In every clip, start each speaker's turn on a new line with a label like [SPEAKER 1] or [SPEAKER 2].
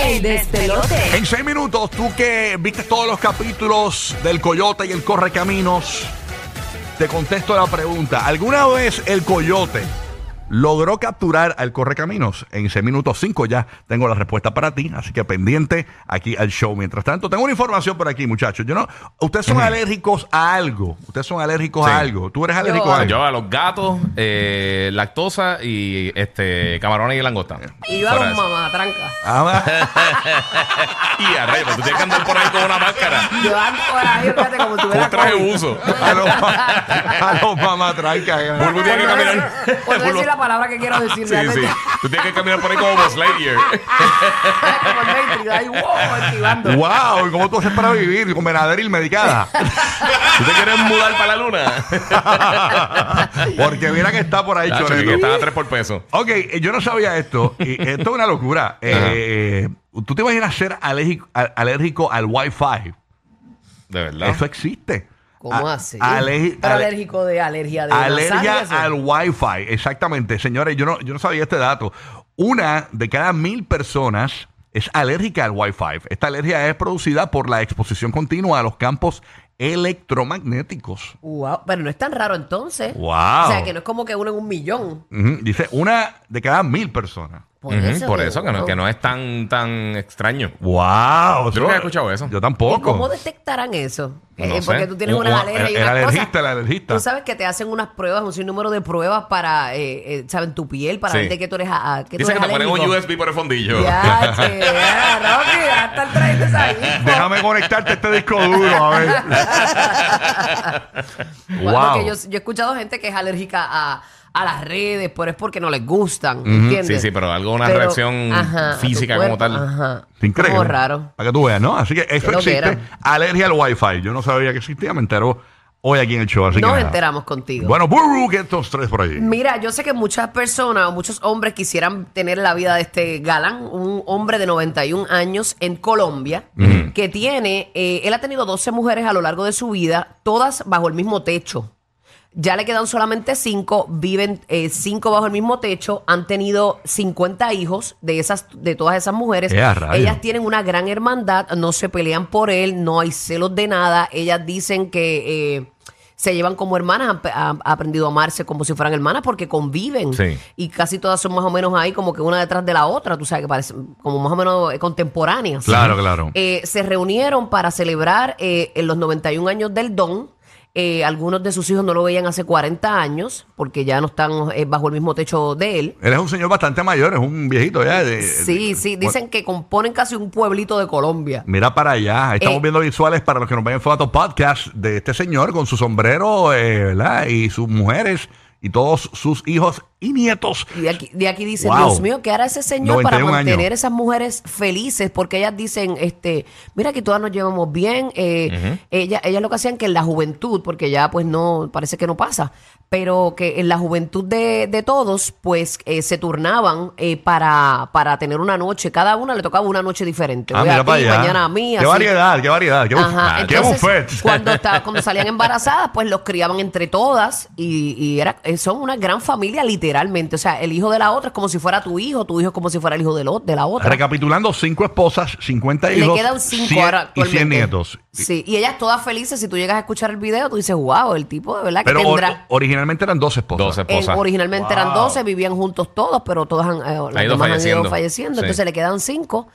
[SPEAKER 1] El despelote.
[SPEAKER 2] En seis minutos, tú que viste todos los capítulos del Coyote y el Correcaminos, te contesto la pregunta. ¿Alguna vez el Coyote logró capturar al Correcaminos? En seis minutos cinco ya tengo la respuesta para ti, así que pendiente aquí al show. Mientras tanto, tengo una información por aquí, muchachos. Yo no, ustedes son alérgicos a algo. Ustedes son alérgicos a
[SPEAKER 3] Sí.
[SPEAKER 2] algo. Tú eres alérgico
[SPEAKER 1] Yo-
[SPEAKER 2] a algo.
[SPEAKER 3] Ah, Yo a los gatos, eh, lactosa y este camarones y langosta.
[SPEAKER 1] Y yo a
[SPEAKER 3] Fuera
[SPEAKER 1] los
[SPEAKER 3] de eso.
[SPEAKER 1] mamatranca.
[SPEAKER 2] Ah,
[SPEAKER 3] Y a rayos, pero tú tienes que andar por ahí con una máscara.
[SPEAKER 1] Yo ando por ahí, fíjate, como tú
[SPEAKER 3] Con un
[SPEAKER 1] eras.
[SPEAKER 3] traje buzo.
[SPEAKER 2] a los, a los mamatrancas, eh.
[SPEAKER 3] Bulbu tiene que caminar.
[SPEAKER 1] Puedo
[SPEAKER 3] Bulbu-
[SPEAKER 1] decir la palabra que quiero decir
[SPEAKER 3] Sí, sí.
[SPEAKER 1] realmente.
[SPEAKER 3] Tú tienes que caminar por ahí como Buzz Lightyear.
[SPEAKER 1] como el Matrix, ahí, wow, activando.
[SPEAKER 2] Wow, ¿y cómo tú haces para vivir con Benadryl medicada?
[SPEAKER 3] ¿Tú te quieres mudar para la luna?
[SPEAKER 2] Porque mira que está por ahí,
[SPEAKER 3] Tacho, que-
[SPEAKER 2] Choreto.
[SPEAKER 3] que están a tres por peso.
[SPEAKER 2] Ok, eh, yo no sabía esto. y esto es una locura. Eh, ¿Tú te imaginas ser alérgico, al- alérgico al Wi-Fi?
[SPEAKER 3] De verdad.
[SPEAKER 2] Eso existe.
[SPEAKER 1] ¿Cómo
[SPEAKER 2] A-
[SPEAKER 1] así?
[SPEAKER 2] alergi-
[SPEAKER 1] Pero
[SPEAKER 2] ale-
[SPEAKER 1] alérgico de alergia de
[SPEAKER 2] alergia
[SPEAKER 1] nasal, ¿eso?
[SPEAKER 2] al Wi-Fi, exactamente. Señores, yo no, yo no sabía este dato. Una de cada mil personas es alérgica al Wi-Fi. Esta alergia es producida por la exposición continua a los campos electromagnéticos.
[SPEAKER 1] Wow, pero no es tan raro entonces.
[SPEAKER 2] Wow.
[SPEAKER 1] O sea, que no es como que uno en un millón.
[SPEAKER 2] Ujú, Dice una de cada mil personas.
[SPEAKER 1] Por
[SPEAKER 3] Ujú,
[SPEAKER 1] eso,
[SPEAKER 3] por
[SPEAKER 1] que-
[SPEAKER 3] eso que no, que no es tan, tan extraño.
[SPEAKER 2] ¡Wow!
[SPEAKER 3] Yo nunca he escuchado eso.
[SPEAKER 2] Yo
[SPEAKER 1] ¿Y
[SPEAKER 2] tampoco.
[SPEAKER 1] ¿Cómo detectarán eso?
[SPEAKER 3] No
[SPEAKER 1] Eh,
[SPEAKER 3] sé.
[SPEAKER 1] porque tú tienes
[SPEAKER 3] Un-
[SPEAKER 1] unas
[SPEAKER 3] un-
[SPEAKER 1] alergias y
[SPEAKER 2] el
[SPEAKER 1] unas
[SPEAKER 2] alergista,
[SPEAKER 1] cosas.
[SPEAKER 2] el alergista.
[SPEAKER 1] Tú sabes que te hacen unas pruebas, un sinnúmero de pruebas para, eh, eh, ¿saben? Tu piel, para
[SPEAKER 3] Sí.
[SPEAKER 1] ver de qué tú eres, a, a- qué tú
[SPEAKER 3] Dicen que
[SPEAKER 1] eres
[SPEAKER 3] te ponen un
[SPEAKER 1] alérgico.
[SPEAKER 3] USB por el fondillo.
[SPEAKER 1] Ya, che, ya, Rocky, ya están trayendo esa info.
[SPEAKER 2] Déjame conectarte a este disco duro, a ver.
[SPEAKER 1] Bueno,
[SPEAKER 2] wow.
[SPEAKER 1] Porque yo, yo he escuchado gente que es alérgica a, a las redes, pero es porque no les gustan,
[SPEAKER 3] Sí,
[SPEAKER 1] ¿entiendes?
[SPEAKER 3] sí, pero algo, una reacción
[SPEAKER 1] ajá, a tu
[SPEAKER 3] física
[SPEAKER 1] cuerpo,
[SPEAKER 3] como tal.
[SPEAKER 1] Ajá.
[SPEAKER 2] Increíble.
[SPEAKER 1] Como raro.
[SPEAKER 2] Para que tú veas, ¿no? Así que eso
[SPEAKER 1] Creo que
[SPEAKER 2] existe.
[SPEAKER 1] era.
[SPEAKER 2] Alergia al Wi-Fi. Yo no sabía que existía, me enteró hoy aquí en el show. Así que
[SPEAKER 1] Nos
[SPEAKER 2] nada.
[SPEAKER 1] enteramos contigo.
[SPEAKER 2] Bueno, Burru, que estos tres por allí.
[SPEAKER 1] Mira, yo sé que muchas personas o muchos hombres quisieran tener la vida de este galán, un hombre de 91 años en Colombia, que tiene, eh, él ha tenido 12 mujeres a lo largo de su vida, todas bajo el mismo techo. Ya le quedan solamente 5, viven 5 bajo el mismo techo, han tenido 50 hijos de esas de todas esas mujeres.
[SPEAKER 2] ¡Ea, rayos!
[SPEAKER 1] Ellas tienen una gran hermandad, no se pelean por él, no hay celos de nada. Ellas dicen que eh, se llevan como hermanas, han, pe- han aprendido a amarse como si fueran hermanas porque conviven.
[SPEAKER 3] Sí.
[SPEAKER 1] Y casi todas son más o menos ahí, como que una detrás de la otra, tú sabes, que parecen como más o menos eh, contemporáneas.
[SPEAKER 2] Claro, claro.
[SPEAKER 1] Eh, se reunieron para celebrar eh, en los 91 años del don. Eh, algunos de sus hijos no lo veían hace 40 años porque ya no están eh, bajo el mismo techo de él.
[SPEAKER 2] Él es un señor bastante mayor, es un viejito ya. de-
[SPEAKER 1] Sí,
[SPEAKER 2] de-
[SPEAKER 1] sí, dicen que componen casi un pueblito de Colombia.
[SPEAKER 2] Mira para allá, Ahí estamos
[SPEAKER 1] Eh.
[SPEAKER 2] viendo visuales para los que nos ven en formato podcast de este señor con su sombrero, eh, ¿verdad? Y sus mujeres y todos sus hijos y nietos.
[SPEAKER 1] Y de aquí, de aquí dicen,
[SPEAKER 2] Wow.
[SPEAKER 1] Dios mío, ¿qué hará ese señor para
[SPEAKER 2] 91 años.
[SPEAKER 1] mantener esas mujeres felices? Porque ellas dicen, este, mira que todas nos llevamos bien. eh, ella- ellas lo que hacían que en la juventud, porque ya pues no, parece que no pasa, pero que en la juventud de, de todos, pues eh, se turnaban eh, para, para tener una noche. Cada una le tocaba una noche diferente.
[SPEAKER 2] Ah,
[SPEAKER 1] Hoy a
[SPEAKER 2] mira para
[SPEAKER 1] ti,
[SPEAKER 2] allá.
[SPEAKER 1] mañana a mí.
[SPEAKER 2] qué
[SPEAKER 1] así.
[SPEAKER 2] variedad, qué variedad, qué, buf-
[SPEAKER 1] Ajá,
[SPEAKER 2] qué
[SPEAKER 1] entonces,
[SPEAKER 2] buffet.
[SPEAKER 1] Cuando, estaba, cuando salían embarazadas, pues los criaban entre todas y, y era, eh, son una gran familia literalmente. O sea, el hijo de la otra es como si fuera tu hijo, tu hijo es como si fuera el hijo de, lo- de la otra.
[SPEAKER 2] Recapitulando, cinco esposas, 50
[SPEAKER 1] Le
[SPEAKER 2] hijos,
[SPEAKER 1] quedan cinco
[SPEAKER 2] 100
[SPEAKER 1] ahora
[SPEAKER 2] y 100
[SPEAKER 1] actualmente.
[SPEAKER 2] nietos.
[SPEAKER 1] Sí, y ellas todas felices. Si tú llegas a escuchar el video, tú dices, wow, el tipo de verdad que
[SPEAKER 2] Pero or-
[SPEAKER 1] tendrá...
[SPEAKER 2] originalmente eran 12 esposas.
[SPEAKER 3] 12
[SPEAKER 1] Eh,
[SPEAKER 3] esposas.
[SPEAKER 1] originalmente eran 12, vivían juntos todos, pero todas han, eh, las
[SPEAKER 3] Ha
[SPEAKER 1] demás han
[SPEAKER 3] ido
[SPEAKER 1] ido
[SPEAKER 3] falleciendo.
[SPEAKER 1] falleciendo.
[SPEAKER 3] Sí.
[SPEAKER 1] Entonces le quedan 5,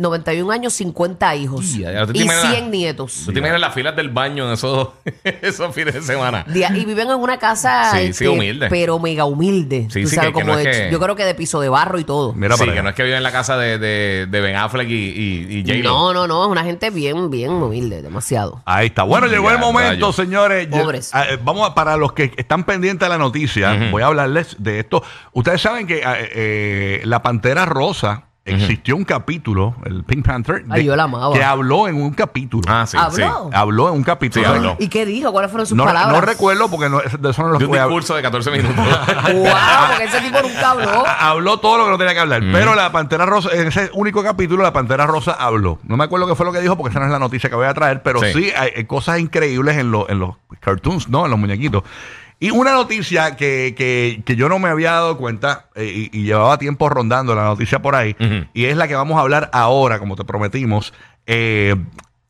[SPEAKER 1] 91 años, 50 hijos
[SPEAKER 3] Ya, ya, ¿tú te
[SPEAKER 1] y
[SPEAKER 3] imaginas?
[SPEAKER 1] 100 nietos.
[SPEAKER 3] ¿Tú te imaginas las filas del baño en esos, esos fines de semana?
[SPEAKER 1] Día- y viven en una casa este,
[SPEAKER 3] Sí, sí, humilde.
[SPEAKER 1] pero mega humilde
[SPEAKER 3] Sí,
[SPEAKER 1] tú
[SPEAKER 3] sí,
[SPEAKER 1] sabes
[SPEAKER 3] que- que
[SPEAKER 1] como
[SPEAKER 3] no es
[SPEAKER 1] de-
[SPEAKER 3] que-
[SPEAKER 1] yo creo que de piso de barro y todo
[SPEAKER 2] Mira
[SPEAKER 3] sí,
[SPEAKER 2] para
[SPEAKER 3] que
[SPEAKER 2] allá.
[SPEAKER 3] no es que vive en la casa de, de, de Ben Affleck y, y, y J-Lo.
[SPEAKER 1] no no no es una gente bien bien humilde demasiado
[SPEAKER 2] Ahí está. Bueno, llegó el
[SPEAKER 3] Ya,
[SPEAKER 2] momento,
[SPEAKER 3] rayos.
[SPEAKER 2] señores. Yo-
[SPEAKER 1] Pobres.
[SPEAKER 2] ah, eh, vamos a, para los que están pendientes de la noticia, voy a hablarles de esto. Ustedes saben que ah, eh, la Pantera Rosa existió un capítulo, el Pink Panther,
[SPEAKER 1] Ay, yo la amaba.
[SPEAKER 2] que habló en un capítulo.
[SPEAKER 3] Ah, sí,
[SPEAKER 1] Habló.
[SPEAKER 3] sí.
[SPEAKER 2] Habló en un capítulo.
[SPEAKER 3] Sí, habló.
[SPEAKER 1] y qué dijo cuáles fueron sus
[SPEAKER 2] No,
[SPEAKER 1] palabras
[SPEAKER 2] no recuerdo porque no- de eso no lo
[SPEAKER 3] De un
[SPEAKER 2] voy a-
[SPEAKER 3] discurso de 14 minutos.
[SPEAKER 1] wow porque ese tipo nunca habló
[SPEAKER 2] Ha- Habló todo lo que no tenía que hablar. Pero la Pantera Rosa, en ese único capítulo, la Pantera Rosa habló. No me acuerdo qué fue lo que dijo, porque esa no es la noticia que voy a traer, pero sí,
[SPEAKER 3] Sí.
[SPEAKER 2] hay, hay cosas increíbles en, los en los cartoons, ¿no? En los muñequitos. Y una noticia que, que- que yo no me había dado cuenta eh, y, y llevaba tiempo rondando la noticia por ahí,
[SPEAKER 3] Ujú.
[SPEAKER 2] y es la que vamos a hablar ahora, como te prometimos, eh,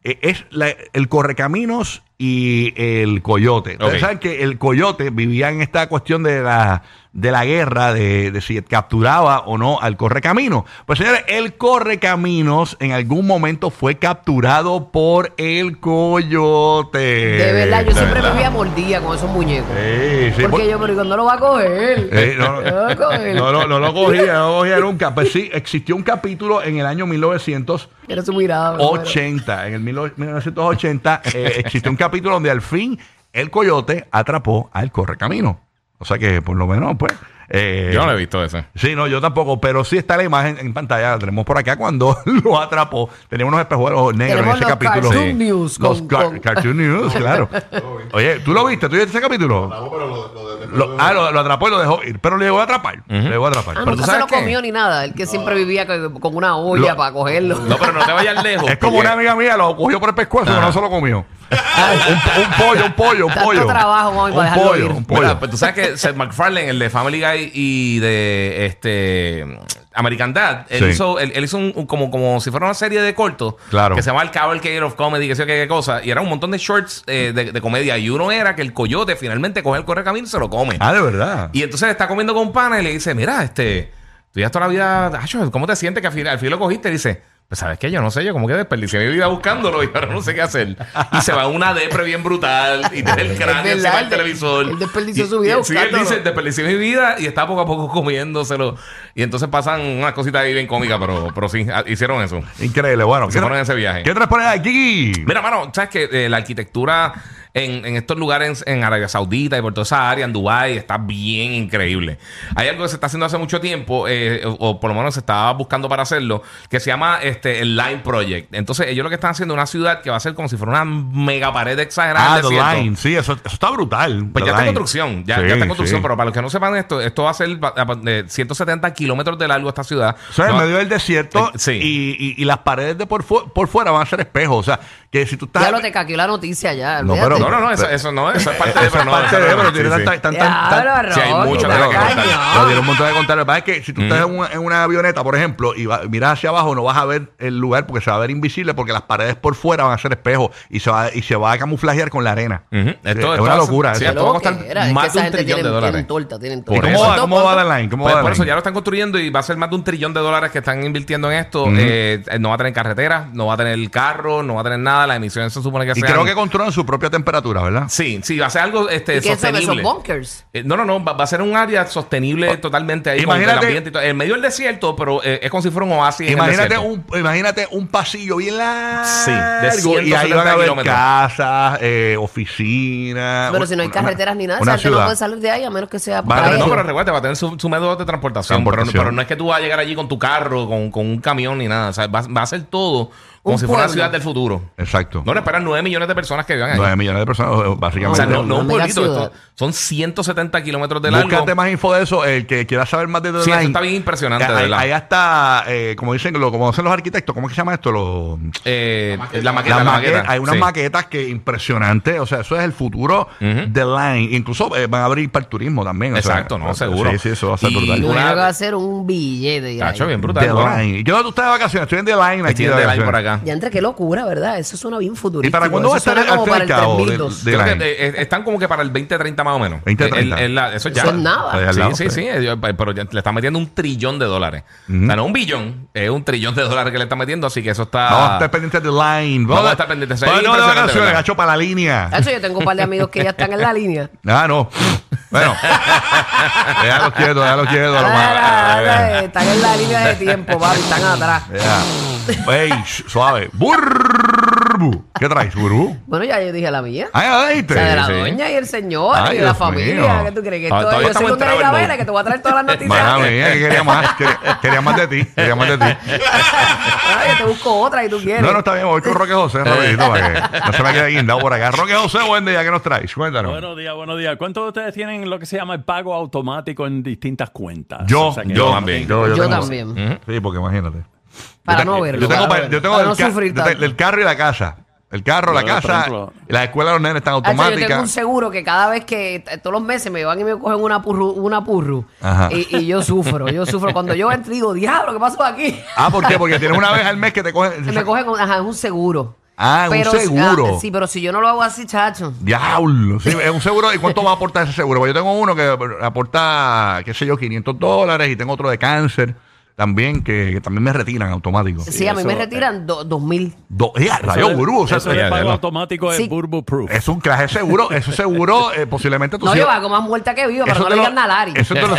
[SPEAKER 2] eh, es la- el Correcaminos y el Coyote. Ustedes
[SPEAKER 3] Ok.
[SPEAKER 2] saben que el Coyote vivía en esta cuestión de la, de la guerra, de, de si capturaba o no al Correcaminos. Pues señores, el Correcaminos en algún momento fue capturado por el Coyote.
[SPEAKER 1] De verdad, yo
[SPEAKER 3] de
[SPEAKER 1] siempre
[SPEAKER 3] verdad.
[SPEAKER 1] me veía mordida con esos muñecos.
[SPEAKER 2] Eh, Sí, sí, por-
[SPEAKER 1] Porque yo, pero ¿y ¿cuándo lo va a coger?
[SPEAKER 2] Eh, no,
[SPEAKER 1] ¿Cuándo lo va a coger?
[SPEAKER 2] No, no, no lo cogía, no lo cogía nunca. Pues sí, existió un capítulo en el año 1980.
[SPEAKER 1] Era su mirada. Ah, me muero.
[SPEAKER 2] En el 1980 eh, existió un capítulo donde al fin el coyote atrapó al correcamino. O sea que por lo menos, pues. eh,
[SPEAKER 3] Yo no lo he visto ese.
[SPEAKER 2] Sí, no, yo tampoco, pero sí está la imagen en pantalla, la tenemos por acá cuando lo atrapó. Teníamos unos espejuelos negros
[SPEAKER 1] Tenemos
[SPEAKER 2] en ese
[SPEAKER 1] los
[SPEAKER 2] capítulo.
[SPEAKER 1] Cartoon News
[SPEAKER 2] Los
[SPEAKER 1] con-
[SPEAKER 2] car-
[SPEAKER 1] con-
[SPEAKER 2] Cartoon News, claro. Oye, ¿tú lo viste? ¿Tú viste ese capítulo? Lo- ah, lo, lo atrapó y lo dejó ir, pero le llegó a atrapar. Le llegó a atrapar.
[SPEAKER 1] Ah,
[SPEAKER 2] Pero
[SPEAKER 1] nunca
[SPEAKER 2] tú
[SPEAKER 1] se
[SPEAKER 2] sabes
[SPEAKER 1] lo
[SPEAKER 2] qué?
[SPEAKER 1] comió ni nada. El que siempre vivía con con una olla
[SPEAKER 2] Lo-
[SPEAKER 1] para cogerlo.
[SPEAKER 3] No, pero no te vayas lejos.
[SPEAKER 2] Es como
[SPEAKER 3] porque-
[SPEAKER 2] una amiga mía, lo cogió por el pescuezo, pero no se lo comió. un, un pollo, un pollo, un
[SPEAKER 1] Tanto
[SPEAKER 2] pollo.
[SPEAKER 1] trabajo, mami, para
[SPEAKER 2] un
[SPEAKER 1] dejarlo
[SPEAKER 2] pollo,
[SPEAKER 1] ir.
[SPEAKER 2] un pollo.
[SPEAKER 3] Mira, pues tú sabes que Seth MacFarlane, el de Family Guy y de este American Dad, él
[SPEAKER 2] Sí.
[SPEAKER 3] hizo, él, él hizo un, un- como, como si fuera una serie de cortos
[SPEAKER 2] Claro.
[SPEAKER 3] que se llama El Cavalcade of Comedy, que sé yo qué qué cosa, y era un montón de shorts eh, de, de comedia. Y uno era que el coyote finalmente coge el correcamino y se lo come.
[SPEAKER 2] ah, de verdad.
[SPEAKER 3] Y entonces está comiendo con pana y le dice, mira, este, tú ya toda la vida, acho, ¿cómo te sientes que al fin, al fin lo cogiste? Y dice, pues sabes qué, yo no sé, yo como que desperdicié mi vida buscándolo y ahora no sé qué hacer. Y se va a una depre bien brutal y tiene el cráneo
[SPEAKER 1] verdad,
[SPEAKER 3] encima del
[SPEAKER 1] él-
[SPEAKER 3] televisor.
[SPEAKER 1] él desperdició
[SPEAKER 3] Y-
[SPEAKER 1] su vida
[SPEAKER 3] y- sí, él
[SPEAKER 1] buscándolo.
[SPEAKER 3] dice, desperdicié mi vida y está poco a poco comiéndoselo. Y entonces pasan unas cositas ahí bien cómicas, pero, pero sí, a- hicieron eso.
[SPEAKER 2] Increíble, bueno.
[SPEAKER 3] Se
[SPEAKER 2] ¿qué
[SPEAKER 3] fueron en
[SPEAKER 2] tra-
[SPEAKER 3] ese viaje.
[SPEAKER 2] ¿Qué otras pones aquí?
[SPEAKER 3] Mira, mano, sabes que eh, la arquitectura en, en estos lugares en Arabia Saudita y por toda esa área, en Dubái, está bien increíble. Hay algo que se está haciendo hace mucho tiempo, eh, o, o por lo menos se estaba buscando para hacerlo, que se llama este, el Line Project. Entonces, ellos lo que están haciendo es una ciudad que va a ser como si fuera una mega pared exagerada.
[SPEAKER 2] Ah,
[SPEAKER 3] del
[SPEAKER 2] The
[SPEAKER 3] desierto.
[SPEAKER 2] Line. Sí, eso, eso está brutal.
[SPEAKER 3] Pues
[SPEAKER 2] The
[SPEAKER 3] ya está en
[SPEAKER 2] Line.
[SPEAKER 3] construcción, ya, ya
[SPEAKER 2] Sí,
[SPEAKER 3] está en construcción,
[SPEAKER 2] sí.
[SPEAKER 3] pero para los que no sepan esto, esto va a ser va- va- de 170 kilómetros de largo esta ciudad.
[SPEAKER 2] O sea, en
[SPEAKER 3] Va-
[SPEAKER 2] medio del desierto
[SPEAKER 3] Eh, sí.
[SPEAKER 2] y, y- y las paredes de por, fu- por fuera van a ser espejos. O sea, que si tú estás...
[SPEAKER 1] Ya lo te caqueó la noticia ya.
[SPEAKER 2] No,
[SPEAKER 1] olvídate.
[SPEAKER 3] No, no, no, eso, eso no, eso es parte de...
[SPEAKER 2] Esa
[SPEAKER 3] no,
[SPEAKER 2] parte
[SPEAKER 3] eso
[SPEAKER 2] de-
[SPEAKER 3] no,
[SPEAKER 2] pero
[SPEAKER 3] sí,
[SPEAKER 2] tiene
[SPEAKER 3] sí.
[SPEAKER 2] tanta- tan- tan- tan-
[SPEAKER 1] Diablo, Rolo,
[SPEAKER 3] Sí, hay mucho,
[SPEAKER 1] no
[SPEAKER 3] claro,
[SPEAKER 1] te
[SPEAKER 3] claro,
[SPEAKER 1] cañes.
[SPEAKER 3] claro.
[SPEAKER 2] No, tiene un montón de contar. Lo que pasa es que si tú estás
[SPEAKER 3] Mm.
[SPEAKER 2] en una, en una avioneta, por ejemplo, y va- miras hacia abajo, no vas a ver el lugar porque se va a ver invisible, porque las paredes por fuera van a ser espejos y se va, y se va a camuflajear con la arena.
[SPEAKER 3] Ujú.
[SPEAKER 2] Sí,
[SPEAKER 3] Esto-
[SPEAKER 2] es
[SPEAKER 3] esto
[SPEAKER 2] una
[SPEAKER 3] hace-
[SPEAKER 2] locura. eso.
[SPEAKER 3] sí,
[SPEAKER 1] Qué
[SPEAKER 3] esto va a
[SPEAKER 1] loco
[SPEAKER 3] costar
[SPEAKER 1] que era. Es que
[SPEAKER 3] más de
[SPEAKER 1] esa
[SPEAKER 3] un
[SPEAKER 1] gente
[SPEAKER 3] trillón
[SPEAKER 1] tienen-
[SPEAKER 3] de dólares.
[SPEAKER 1] Tienen torta, tienen
[SPEAKER 2] ¿Y
[SPEAKER 1] torta.
[SPEAKER 2] cómo va, cómo va The Line? ¿Cómo
[SPEAKER 3] Pues
[SPEAKER 2] va
[SPEAKER 3] por
[SPEAKER 2] The
[SPEAKER 3] eso ya
[SPEAKER 2] Line?
[SPEAKER 3] lo están construyendo y va a ser más de un trillón de dólares que están invirtiendo en esto.
[SPEAKER 2] Ujú.
[SPEAKER 3] Eh, eh, no va a tener carreteras, no va a tener carro, no va a tener nada. Las emisiones se supone que
[SPEAKER 2] Y
[SPEAKER 3] sean-
[SPEAKER 2] creo que controlan su propia temperatura, ¿verdad?
[SPEAKER 3] Sí, sí, va a ser algo este,
[SPEAKER 1] ¿Y qué son esos
[SPEAKER 3] sostenible.
[SPEAKER 1] bunkers?
[SPEAKER 2] Ah,
[SPEAKER 3] Eh, no, no, no, va, va a ser un área sostenible totalmente ahí
[SPEAKER 2] Imagínate-
[SPEAKER 3] con el ambiente y todo. En medio del desierto, pero eh, es como si fuera un oasis. en el
[SPEAKER 2] Imagínate
[SPEAKER 3] desierto.
[SPEAKER 2] un, imagínate un pasillo bien largo
[SPEAKER 3] Sí, de
[SPEAKER 2] y ahí
[SPEAKER 3] 170
[SPEAKER 2] van a haber
[SPEAKER 3] kilómetros.
[SPEAKER 2] casas, eh, oficinas.
[SPEAKER 1] Pero si no hay
[SPEAKER 2] una-
[SPEAKER 1] carreteras ni nada,
[SPEAKER 2] una
[SPEAKER 1] esa gente no
[SPEAKER 2] ciudad.
[SPEAKER 1] puede salir de ahí a menos que sea
[SPEAKER 2] Vale,
[SPEAKER 1] para
[SPEAKER 3] Pero no,
[SPEAKER 1] eso.
[SPEAKER 3] pero recuerda, va a tener su, su método de transportación. Pero, no-
[SPEAKER 2] Transportación.
[SPEAKER 3] pero no es que tú vas a llegar allí con tu carro, con, con un camión ni nada. O sea, va, va a ser todo como
[SPEAKER 1] Un
[SPEAKER 3] si fuera una
[SPEAKER 1] pueblo.
[SPEAKER 3] ciudad del futuro.
[SPEAKER 2] Exacto.
[SPEAKER 3] No le esperan 9 millones de personas que vivan ahí.
[SPEAKER 2] 9 millones de personas,
[SPEAKER 3] O
[SPEAKER 2] básicamente.
[SPEAKER 3] sea, no,
[SPEAKER 1] Una
[SPEAKER 3] no un
[SPEAKER 1] mega
[SPEAKER 3] pueblito.
[SPEAKER 1] ciudad.
[SPEAKER 3] esto- son 170 kilómetros de largo.
[SPEAKER 2] Búscate más info de eso. El que quiera saber más de The
[SPEAKER 3] Sí, eso
[SPEAKER 2] Line.
[SPEAKER 3] está bien impresionante, de
[SPEAKER 2] Ahí,
[SPEAKER 3] verdad.
[SPEAKER 2] ahí hasta, eh, como dicen, lo, como hacen los arquitectos, ¿cómo es que se llama esto? Los,
[SPEAKER 3] Eh, la maqueta,
[SPEAKER 2] las
[SPEAKER 3] la
[SPEAKER 2] maquetas.
[SPEAKER 3] maqueta.
[SPEAKER 2] hay unas
[SPEAKER 3] Sí.
[SPEAKER 2] maquetas que impresionantes. O sea, eso es el futuro de Line. Incluso eh, van a abrir para el turismo también. o sea,
[SPEAKER 3] Exacto, no, seguro.
[SPEAKER 2] Sí, sí, eso va a ser
[SPEAKER 3] Y-
[SPEAKER 2] brutal.
[SPEAKER 1] Yo
[SPEAKER 3] una-
[SPEAKER 1] creo que va a ser un billete. ya.
[SPEAKER 3] Tacho, bien brutal.
[SPEAKER 2] The
[SPEAKER 3] ¿no?
[SPEAKER 2] Line. ¿Y qué tú estás de vacaciones? Estoy en The Line aquí.
[SPEAKER 3] Estoy en
[SPEAKER 2] de
[SPEAKER 3] The Line
[SPEAKER 2] vacaciones.
[SPEAKER 3] por acá.
[SPEAKER 1] Ya entre qué locura, ¿verdad? Eso suena bien
[SPEAKER 2] ¿Y
[SPEAKER 1] futurístico.
[SPEAKER 2] para cuándo va a
[SPEAKER 1] Eso
[SPEAKER 2] estar
[SPEAKER 1] suena
[SPEAKER 2] el
[SPEAKER 1] como para el
[SPEAKER 2] mercado?
[SPEAKER 1] 3200.
[SPEAKER 2] de
[SPEAKER 3] Creo que,
[SPEAKER 2] Line.
[SPEAKER 3] eh, eh, están como que para el 20-30 más o menos.
[SPEAKER 2] 20-30.
[SPEAKER 3] Eh, el- el- eso ya.
[SPEAKER 1] Eso es nada.
[SPEAKER 2] Pues Ahí al
[SPEAKER 3] Sí,
[SPEAKER 2] lado,
[SPEAKER 3] sí, sí, eh, yo- pero ya le están metiendo un trillón de dólares. O sea, no un billón, es un trillón de dólares que le están metiendo, así que eso está.
[SPEAKER 2] Vamos a estar pendientes de Line.
[SPEAKER 3] Vamos a estar pendientes.
[SPEAKER 2] Vamos de
[SPEAKER 3] Impresionante,
[SPEAKER 2] vacaciones,
[SPEAKER 3] ¿verdad?
[SPEAKER 2] gacho, para la línea.
[SPEAKER 1] Tacho, yo tengo un par de amigos que ya están en la línea.
[SPEAKER 2] Ah, no. Bueno. déjalo quieto, déjalo quieto. lo
[SPEAKER 1] Ah,
[SPEAKER 2] más-
[SPEAKER 1] ah, ah, Están en la línea de tiempo, papi, están atrás.
[SPEAKER 2] Ya. Ey, sh- suave. Burbu. ¿Qué traes, burbu?
[SPEAKER 1] Bueno, ya yo dije la mía.
[SPEAKER 2] Ah, ya la dijiste.
[SPEAKER 1] O sea, de la
[SPEAKER 3] sí.
[SPEAKER 1] doña y el señor
[SPEAKER 2] Ay,
[SPEAKER 1] y la
[SPEAKER 2] Dios
[SPEAKER 1] familia.
[SPEAKER 2] mío.
[SPEAKER 1] ¿Qué tú crees? Que
[SPEAKER 3] Ah,
[SPEAKER 1] esto,
[SPEAKER 3] todavía
[SPEAKER 1] yo soy
[SPEAKER 3] estamos
[SPEAKER 1] un
[SPEAKER 3] en travel
[SPEAKER 1] Vela
[SPEAKER 3] mode.
[SPEAKER 1] que te voy a traer todas las noticias.
[SPEAKER 2] Mala mía, que quería más. Quería, quería más de ti. Quería más de ti.
[SPEAKER 1] Ah, yo te busco otra y tú quieres.
[SPEAKER 2] No, no, está bien. Voy con Roque José, rapidito, para que no se me quede guindado por acá. Roque José, buen día. ¿Qué nos traes? Cuéntanos.
[SPEAKER 4] Buenos días, buenos días. ¿Cuántos de ustedes tienen lo que se llama el pago automático en distintas cuentas?
[SPEAKER 2] yo,
[SPEAKER 4] O sea que-
[SPEAKER 2] yo
[SPEAKER 3] también.
[SPEAKER 1] yo,
[SPEAKER 2] tengo-
[SPEAKER 1] también.
[SPEAKER 2] Sí, porque imagínate.
[SPEAKER 1] Para
[SPEAKER 2] Yo te-
[SPEAKER 1] no verlo.
[SPEAKER 2] Yo tengo,
[SPEAKER 1] para
[SPEAKER 2] pa-
[SPEAKER 1] no
[SPEAKER 2] yo
[SPEAKER 1] verlo,
[SPEAKER 2] tengo
[SPEAKER 1] para
[SPEAKER 2] del,
[SPEAKER 1] no
[SPEAKER 2] ca-
[SPEAKER 1] sufrir
[SPEAKER 2] del-
[SPEAKER 1] tanto.
[SPEAKER 2] del carro y la casa. El carro, la
[SPEAKER 4] Yo, por
[SPEAKER 2] casa,
[SPEAKER 4] ejemplo-
[SPEAKER 2] las escuelas de los nenes están
[SPEAKER 1] Hacho, Ah, yo tengo un
[SPEAKER 2] automáticas.
[SPEAKER 1] seguro que cada vez que t- todos los meses me van y me cogen una purru, una purru
[SPEAKER 2] Ajá.
[SPEAKER 1] y, y yo sufro, yo sufro. Cuando yo entro digo, diablo, ¿qué pasó aquí?
[SPEAKER 2] Ah, ¿por qué? Porque tienes una vez al mes que te cogen.
[SPEAKER 1] Se me cogen con- ajá, un seguro.
[SPEAKER 2] Ah, un
[SPEAKER 1] si-
[SPEAKER 2] seguro.
[SPEAKER 1] ah, sí, pero si yo no lo hago así, chacho.
[SPEAKER 2] Diablo. Sí, es un seguro. ¿Y cuánto va a aportar ese seguro? Porque yo tengo uno que aporta, qué sé yo, 500 dólares y tengo otro de cáncer también que, que también me retiran automático.
[SPEAKER 1] Sí,
[SPEAKER 2] Sí. eh.
[SPEAKER 1] a mí
[SPEAKER 4] eso,
[SPEAKER 1] me retiran do- dos mil.
[SPEAKER 2] rayo, gurú. O sea,
[SPEAKER 4] eso del
[SPEAKER 3] ya, ya
[SPEAKER 4] pago
[SPEAKER 3] lo-
[SPEAKER 4] automático
[SPEAKER 1] Sí.
[SPEAKER 4] es Burbu Proof.
[SPEAKER 2] es un clase de seguro. Eso seguro, eh, posiblemente tú
[SPEAKER 1] No,
[SPEAKER 2] sí-
[SPEAKER 1] yo hago más muerta que viva, pero
[SPEAKER 2] Eso
[SPEAKER 1] no le
[SPEAKER 2] te lo-
[SPEAKER 1] digan nada a Lari.
[SPEAKER 2] Eso te lo-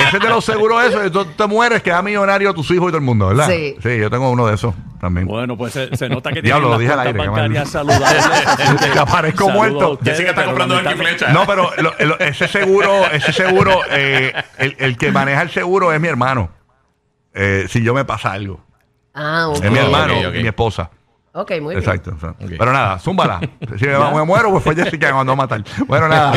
[SPEAKER 2] Ese es de los seguros esos. Tú te mueres, quedas millonario tus hijos y todo el mundo, ¿verdad?
[SPEAKER 1] Sí.
[SPEAKER 2] yo tengo uno de esos también.
[SPEAKER 4] Bueno, pues se, se nota que
[SPEAKER 2] Diablo, lo
[SPEAKER 4] tienen
[SPEAKER 2] dije al
[SPEAKER 4] las
[SPEAKER 2] aire,
[SPEAKER 4] cuentas
[SPEAKER 2] qué
[SPEAKER 4] bancarias saludables. así
[SPEAKER 2] Que aparezco
[SPEAKER 4] saludo
[SPEAKER 2] muerto.
[SPEAKER 4] a ustedes,
[SPEAKER 3] Jessica está
[SPEAKER 4] pero
[SPEAKER 3] comprando arco y
[SPEAKER 4] lamentable-
[SPEAKER 3] flecha.
[SPEAKER 2] No, pero lo- lo- ese seguro, ese seguro, eh, el, el que maneja el seguro es mi hermano. Eh, si yo me pasa algo.
[SPEAKER 1] Ah, ok.
[SPEAKER 2] Es mi
[SPEAKER 3] Ok,
[SPEAKER 2] hermano,
[SPEAKER 3] ok.
[SPEAKER 2] mi esposa.
[SPEAKER 1] Ok, muy bien.
[SPEAKER 2] Exacto. o sea. Pero nada, zúmbala. Si me, me muero, pues fue Jessica que mandó a matar. Bueno, nada.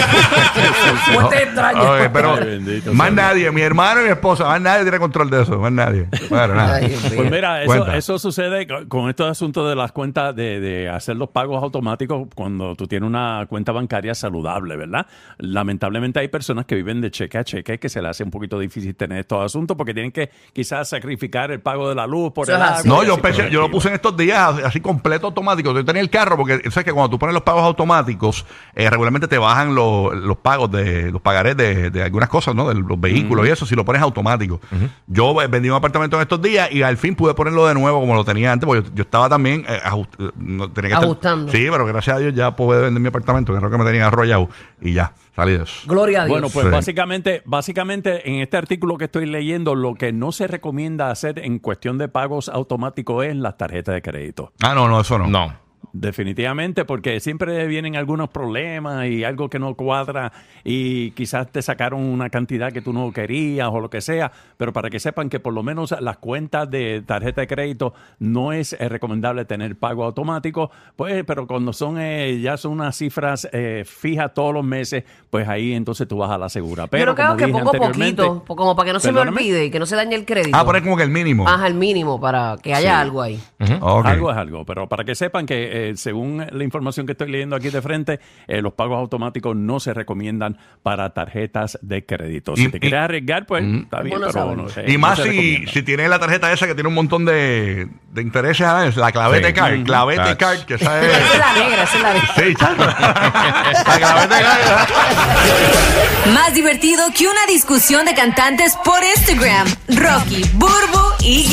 [SPEAKER 1] Muerte extraña.
[SPEAKER 2] Oye, pero
[SPEAKER 4] Ay, bendito
[SPEAKER 2] más
[SPEAKER 4] sea
[SPEAKER 2] nadie, mi hermano y mi esposa, más nadie tiene control de eso, más nadie. Bueno, nada.
[SPEAKER 1] Ay, Dios mío.
[SPEAKER 4] Pues mira, eso,
[SPEAKER 2] Cuenta.
[SPEAKER 4] eso sucede co- con estos asuntos de las cuentas, de, de hacer los pagos automáticos cuando tú tienes una cuenta bancaria saludable, ¿verdad? Lamentablemente hay personas que viven de cheque a cheque que se les hace un poquito difícil tener estos asuntos porque tienen que quizás sacrificar el pago de la luz por
[SPEAKER 1] Eso
[SPEAKER 4] el
[SPEAKER 1] es
[SPEAKER 4] agua.
[SPEAKER 1] así.
[SPEAKER 2] No,
[SPEAKER 4] y
[SPEAKER 2] yo,
[SPEAKER 4] así por
[SPEAKER 2] pensé-
[SPEAKER 4] el
[SPEAKER 2] yo lo
[SPEAKER 4] estilo.
[SPEAKER 2] puse en estos días así completo automático. Yo tenía el carro porque sabes que cuando tú pones los pagos automáticos, eh, regularmente te bajan los, los pagos de los pagarés de, de algunas cosas, ¿no? De los vehículos y eso, si lo pones automático. Yo eh, vendí un apartamento en estos días y al fin pude ponerlo de nuevo como lo tenía antes, porque yo, yo estaba también eh, ajust- eh, no, tenía que estar-
[SPEAKER 1] Ajustando.
[SPEAKER 2] sí, pero gracias a Dios ya pude vender mi apartamento, que es lo que me tenía arrollado y ya, salí de eso.
[SPEAKER 1] Gloria a Dios.
[SPEAKER 4] Bueno, pues
[SPEAKER 2] Sí.
[SPEAKER 4] básicamente, básicamente en este artículo que estoy leyendo, lo que no se recomienda hacer en cuestión de pagos automáticos es las tarjetas de crédito.
[SPEAKER 2] Ah, no, no, eso no.
[SPEAKER 3] No.
[SPEAKER 4] Definitivamente, porque siempre vienen algunos problemas y algo que no cuadra y quizás te sacaron una cantidad que tú no querías o lo que sea, pero para que sepan que por lo menos las cuentas de tarjeta de crédito no es eh, recomendable tener pago automático, pues, pero cuando son eh, ya son unas cifras eh, fijas todos los meses, pues ahí entonces tú vas a la segura. Pero
[SPEAKER 1] yo creo
[SPEAKER 4] como
[SPEAKER 1] que
[SPEAKER 4] dije
[SPEAKER 1] poco a
[SPEAKER 4] anteriormente-
[SPEAKER 1] poquito, po- como para que no se me
[SPEAKER 4] Perdóname.
[SPEAKER 1] olvide y que no se dañe el crédito.
[SPEAKER 2] Ah, poner como que el mínimo.
[SPEAKER 1] Ajá, el mínimo para que haya algo ahí.
[SPEAKER 2] Ok.
[SPEAKER 4] Algo es algo, pero para que sepan que eh, según la información que estoy leyendo aquí de frente, eh, los pagos automáticos no se recomiendan para tarjetas de crédito.
[SPEAKER 2] Y-
[SPEAKER 4] Si
[SPEAKER 2] y-
[SPEAKER 4] te
[SPEAKER 2] Mm.
[SPEAKER 4] quieres arriesgar, pues está bien,
[SPEAKER 1] Bueno,
[SPEAKER 4] pero
[SPEAKER 1] saberlo.
[SPEAKER 4] no, eh,
[SPEAKER 2] Y
[SPEAKER 4] no
[SPEAKER 2] más
[SPEAKER 4] se
[SPEAKER 2] si,
[SPEAKER 4] recomienda.
[SPEAKER 2] si tiene la tarjeta esa que tiene un montón de, de intereses, a ver, la clavete
[SPEAKER 3] Sí.
[SPEAKER 2] card,
[SPEAKER 3] Ujú.
[SPEAKER 2] clavete
[SPEAKER 3] Tax.
[SPEAKER 2] card, que esa es...
[SPEAKER 1] Esa es la negra, esa es la negra.
[SPEAKER 2] sí, chacho. la clavete card.
[SPEAKER 5] Más divertido que una discusión de cantantes por Instagram. Rocky, Burbu y